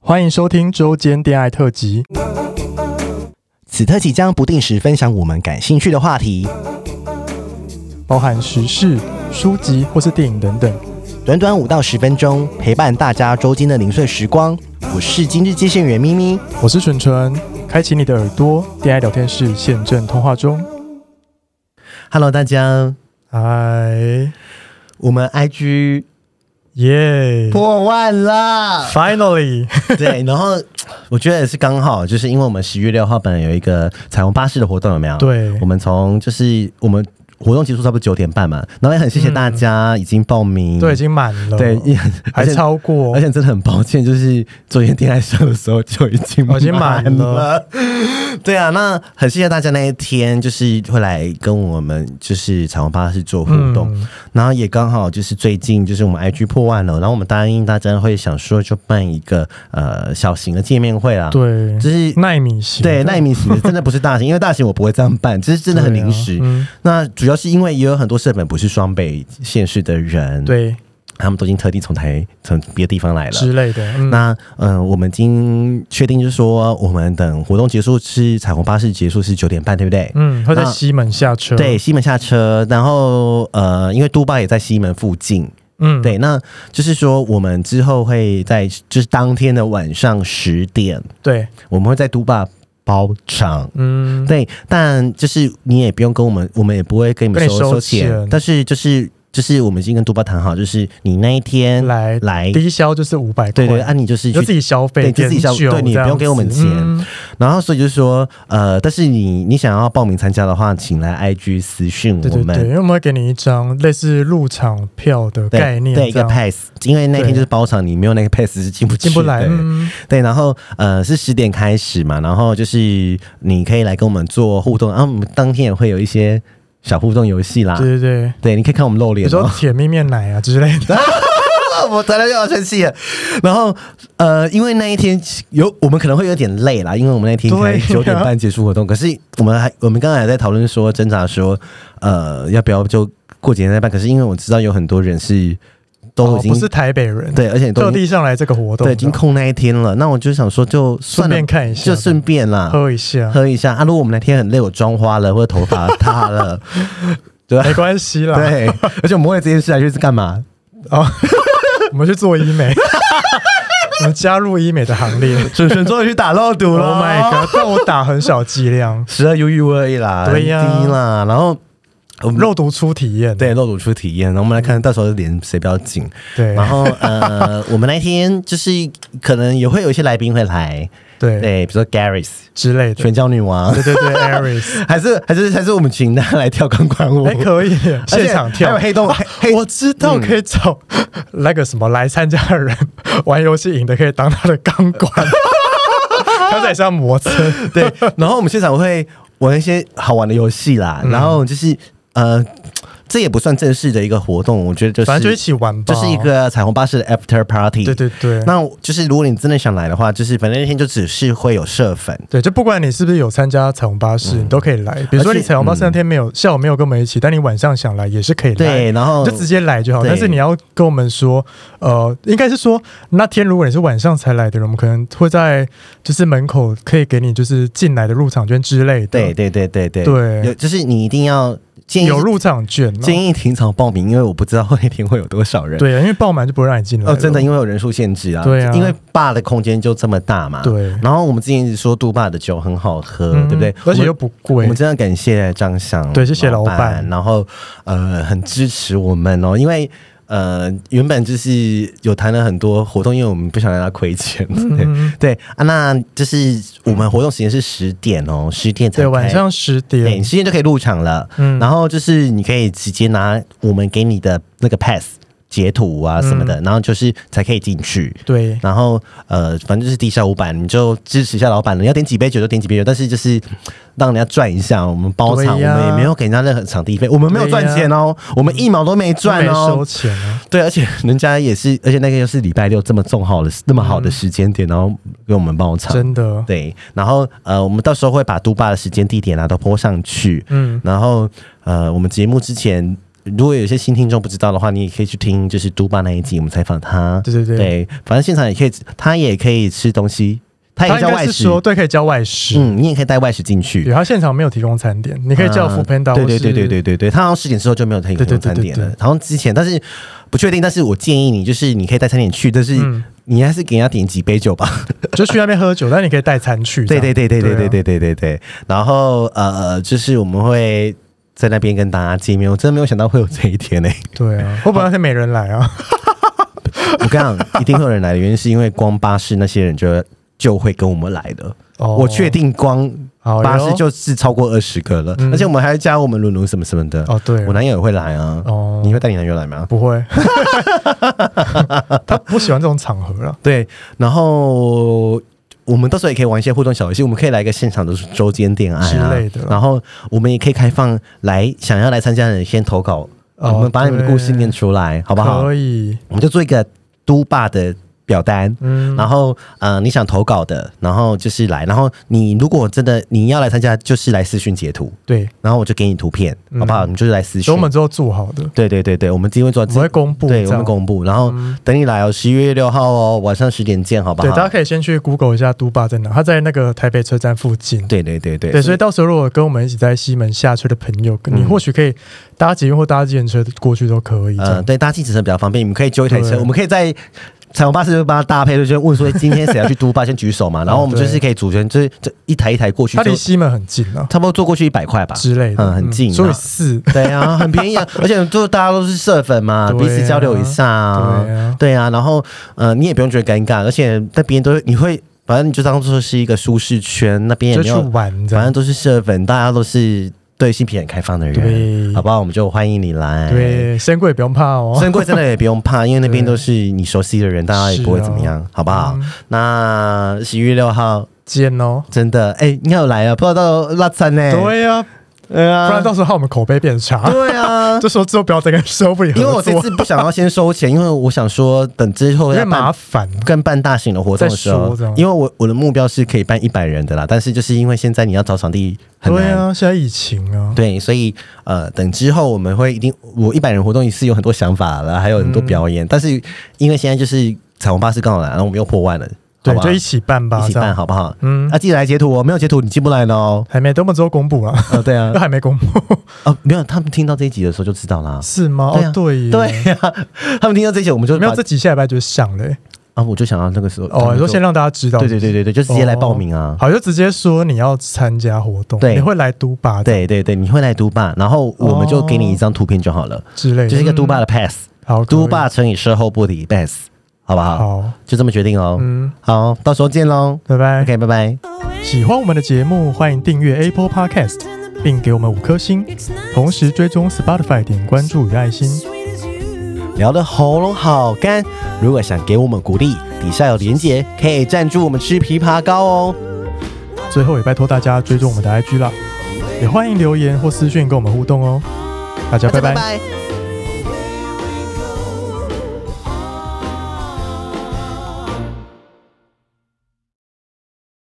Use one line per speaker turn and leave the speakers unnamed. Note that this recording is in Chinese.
欢迎收听周间恋爱特辑。
此特辑将不定时分享我们感兴趣的话题，
包含时事、书籍或是电影等等。
短短五到十分钟，陪伴大家周间的零碎时光。我是今日接线员咪咪，
我是纯纯，开启你的耳朵，恋爱聊天室现正通话中。
Hello 大家，
嗨，
我们 IG
耶
破万 啦！
！Finally，
对，然后我觉得也是刚好，就是因为我们十月六号本来有一个彩虹巴士的活动，有没有？
对
我们从就是我们活动结束差不多九点半嘛，然后也很谢谢大家已经报名，
对，已经满了，
对，也
还
而且
超过
而，且真的很抱歉，就是昨天恋爱上的时候就已经
哦已经满了
了。对啊，那很谢谢大家那一天就是会来跟我们就是彩虹巴士做互动，
嗯
然后也刚好就是最近就是我们 IG 破万了，然后我们答应大家会想说就办一个呃小型的见面会啦，，
对，
就是
耐米型，
对耐米型的，真的不是大型，因为大型我不会这样办，就是真的很临时。
对啊嗯
那主要是因为也有很多社本不是双北县市的人，，
对
他们都已经特地从台从别的地方来了，
之类的，嗯
那嗯、呃我们已经确定就是说，我们等活动结束是彩虹巴士结束是九点半，对不对？
嗯，会在
那
西门下车，
对，，西门下车，然后呃，因为都巴也在西门附近，
嗯，
对，那就是说我们之后会在就是当天的晚上十点，
对，
我们会在都巴包场。
嗯，
对，但就是你也不用跟我们，我们也不会跟你们
跟你
收
收
钱，
钱
但是就是就是我们已经跟都巴谈好，就是你那一天
来
来，
低消就是五百块，
对对，啊，你就是
你就
去
自己消费，
对就自己消
点酒
对你
这样
不用给我们
子
钱
嗯
然后所以就是说，呃，但是你你想要报名参加的话，请来 IG 私讯
对
我
对
们。
对，因为我们会给你一张类似入场票的
对
概念，
对一
这
个
样
pass，因为那天就是包场，你没有那个 pass 是进不去
进不来，
的
嗯，
对，然后呃是十点开始嘛，然后就是你可以来跟我们做互动，然、啊后我们当天也会有一些小互动游戏啦。
对对对，
对，你可以看我们露
比如
脸
说
哦。
铁面面奶啊之类的，
我突然又要生气了。然后呃，因为那一天有我们可能会有点累啦，因为我们那天才
对啊
九点半结束活动，可是我们还我们刚才还在讨论说挣扎说，呃，要不要就过几天再办？可是因为我知道有很多人是都
哦
已经、
不是台北人，，
对，而且都
特
已经
地上来这个活动，
对已经空那一天了，那我就想说就算
顺
了
便，看一下，
就顺便啦，
喝一下，
喝一下啊。如果我们那天很累，我妆花了或者头发塌 了，对吧
没关系啦，
对， 而且我们为了这件事还去干嘛？
哦， 我们去做医美， 我们加入医美的行 列。
准准终于去打肉毒
Oh
了
my god！但我打很小剂量，
十二 UU 而已啦，
对呀
很低啦。然后我们
肉毒初体验，
嗯对肉乳出体验，然后我们来看到时候脸谁比较紧。
对
然后呃，我们那天就是可能也会有一些来宾会来，
对
对，比如说 Garris
之类的
全，教女王
对，对对 a r i s
还是还是还是我们请她来跳钢管舞
哎，，可以
而且
现场跳
还有。黑洞黑。
我知道可以找
嗯
那个什么来参加的人玩游戏赢的，可以当他的钢管， 他在上磨蹭。
对，然后我们现场会玩一些好玩的游戏啦，
嗯
然后就是呃，这也不算正式的一个活动，我觉得就是
反正就一起玩吧，
就是一个彩虹巴士的 after party，
哦对对对，
那我就是如果你真的想来的话，就是反正那天就只是会有社粉，
对，就不管你是不是有参加彩虹巴士，你都可以来。比如说
嗯而且嗯
你彩虹巴士那天没有、下午没有跟我们一起，但你晚上想来也是可以来，
对，然后
就直接来就好。
哦对
但是你要跟我们说，呃，应该是说那天如果你是晚上才来的人，我们可能会在就是门口可以给你就是进来的入场券之类的，
对对对对对
对
有就是你一定要建议
有入场券、哦，
建议提早报名，因为我不知道那天会有多少人。
对，因为爆满就不会让你进来了、嗯
哦，真的，因为有人数限制啊，
对啊
因为坝的空间就这么大嘛，
对
然后我们之前一直说杜坝的酒很好喝，
嗯
对不对？
而且
我
又不
我
贵
们，真的感谢张翔，
对谢谢老
板，
板
然后呃，很支持我们哦，因为呃，原本就是有谈了很多活动，因为我们不想让他亏钱，
嗯
对、对啊，那就是我们活动时间是十点哦，十点才
对，
开
晚上十
对，你
点，
十点就可以入场了，
嗯
然后就是你可以直接拿我们给你的那个 pass 截图啊什么
嗯
的，然后就是才可以进去。
对，
然后呃，反正就是低消五百，你就支持一下老板了。你要点几杯酒就点几杯酒，但是就是让人家赚一下。我们包场，
对呀
我们也没有给人家任何场地费，我们没有赚钱哦，我们一毛都没赚
没收
哦。
钱啊，
对，而且人家也是，而且那个又是礼拜六这么重好的那么好的时间点，然后给我们包
嗯
场。
真的，
对，然后呃，我们到时候会把都霸的时间、地点啊都播上去。
嗯，
然后呃，我们节目之前如果有些新听众不知道的话，你也可以去听，就是都巴那一集，我们采访他。
对对对
对，反正现场也可以，他也可以吃东西，他也
他
叫
应
外
该是
食。
说对，可以叫外食。
嗯，你也可以带外食进去
对，。他现场没有提供餐点，你
你
可以叫 f o o Panda，、
啊对对对对对对对，他好像十点之后就没有提
对对
供
对
餐
对
点
对
了。好像之前，但是不确定。但是我建议你，就是你可以带餐点去，但是
嗯
你还是给人家点几杯酒 吧。
就去那边喝酒，但你可以带餐去。
对对对对对对
对啊
对对对对。然后呃，就是我们会在那边跟大家见面。我真的没有想到会有这一天呢、
啊，对啊，会不会那天没人来啊？
我跟你讲，一定会有人来的原因是因为光巴士那些人就就会跟我们来的。
哦
我确定光
好哟
巴士就是超过二十个了，
嗯
而且我们还要加我们伦伦什么什么的。
哦对
我男友也会来啊。
哦
你会带你男友来吗？
不会， 他不喜欢这种场合了。
对，然后。我们到时候也可以玩一些互动小游戏，我们可以来一个现场的周间恋爱啊
之类的
然后我们也可以开放来想要来参加的人先投稿，
哦
我们把你们的故事念出来，好不好？
可以，
我们就做一个都霸的表单，
嗯，
然后呃，你想投稿的，然后就是来，然后你如果真的你要来参加，就是来私讯截图，
对，
然后我就给你图片，
嗯
好不好？你就是来私
所
讯
以我。们之后做好的，
对对对对，我们今天会做，
我会公布
对，
这
我
样嗯
们公布，然后等你来哦，十一月六号哦，晚上十点见，好不
对，
好？
大家可以先去 Google 一下都巴在哪，他在那个台北车站附近。
对对对对
对，所以到时候如果跟我们一起在西门下车的朋友，你或许可以搭捷运或搭自行车过去都可以。这
嗯呃，
样
对，搭计程车比较方便，你们可以揪一台
对
车，我们可以在彩虹巴士就帮他搭配，就是问说哎今天谁要去都巴，先举手嘛，然后我们
对
就是可以组成，就是这一台一台过去，
它离
就
西门很近啊
差不多坐过去一百块吧
之类的，
嗯，很近，
所以
那
四
对啊，很便宜啊，而且就大家都是社粉嘛，
对啊
彼此交流一下啊
对啊
对啊，然后呃，你也不用觉得尴尬，而且那边都你会，反正你就当做是一个舒适圈，那边也
就
没
去
有，
玩这
反正
样。
都是社粉，大家都是对性平很开放的
对
人，好不好？我们就欢迎你来。。
对，先贵不用怕哦。
珍贵真的也不用怕，因为那边
对
都是你熟悉的人，大家也不会怎么样，好不
啊
好？那十一月六号
见嗯哦。
真的，哎、你要来啊，不知道到拉餐呢？
对呀、啊，
对啊，
不然到时候害我们口碑变差。
哎对啊，
就说之后不要再跟收 不里合
因
作，
为我这次不想要先收 钱，因为我想说等之后
因为
要
麻
办
烦。
跟办大型的活动的时
再
候
说这样，
因为我我的目标是可以办一百人的啦，但是就是因为现在你要找场地很
对
难。
啊，现在疫情啊，
对，所以呃，等之后我们会一定，我一百人活动也是有很多想法了，还有很多表
嗯
演，但是因为现在就是彩虹巴士刚好来，然后我们又破万了，好
对，
不好
就一起办吧，
一起
这
办
样
好不好？
嗯
啊，记得来截图哦，没有截图你进不来 的哦。
还没，等我们之后公布了，
呃，对 啊
都，还没公布，
哦，没有，他们听到这一集的时候就知道啦。
是吗？
对啊
哦，对耶，
对呀、他们听到这一集，我们就
没有
把
这几下礼拜就上了耶。
啊，我就想要那个时候他
哦，
们
你
就
说先让大家哦知道，
对对对对对，就直接来报名啊。
好，就直接说你要参加活动，
对
你会来都吧，
对对对，你会来都霸，然后我们就给你一张图片就好了，
之类的，
就是一个都霸
哦嗯，
的 pass，
好，
都
可
霸乘以售后部的 pass，好不
以，
好？
好，
就这么决定哦。
嗯，
好，到时候见喽。
拜拜。
OK，拜拜。
喜欢我们的节目，欢迎订阅 Apple Podcast，并给我们五颗星，同时追踪 Spotify 点关注与爱心。
聊的喉咙好干，如果想给我们鼓励，底下有连结，可以赞助我们吃枇杷膏哦。
最后也拜托大家追踪我们的 IG 啦，也欢迎留言或私讯跟我们互动哦。大家
大家
拜拜
拜拜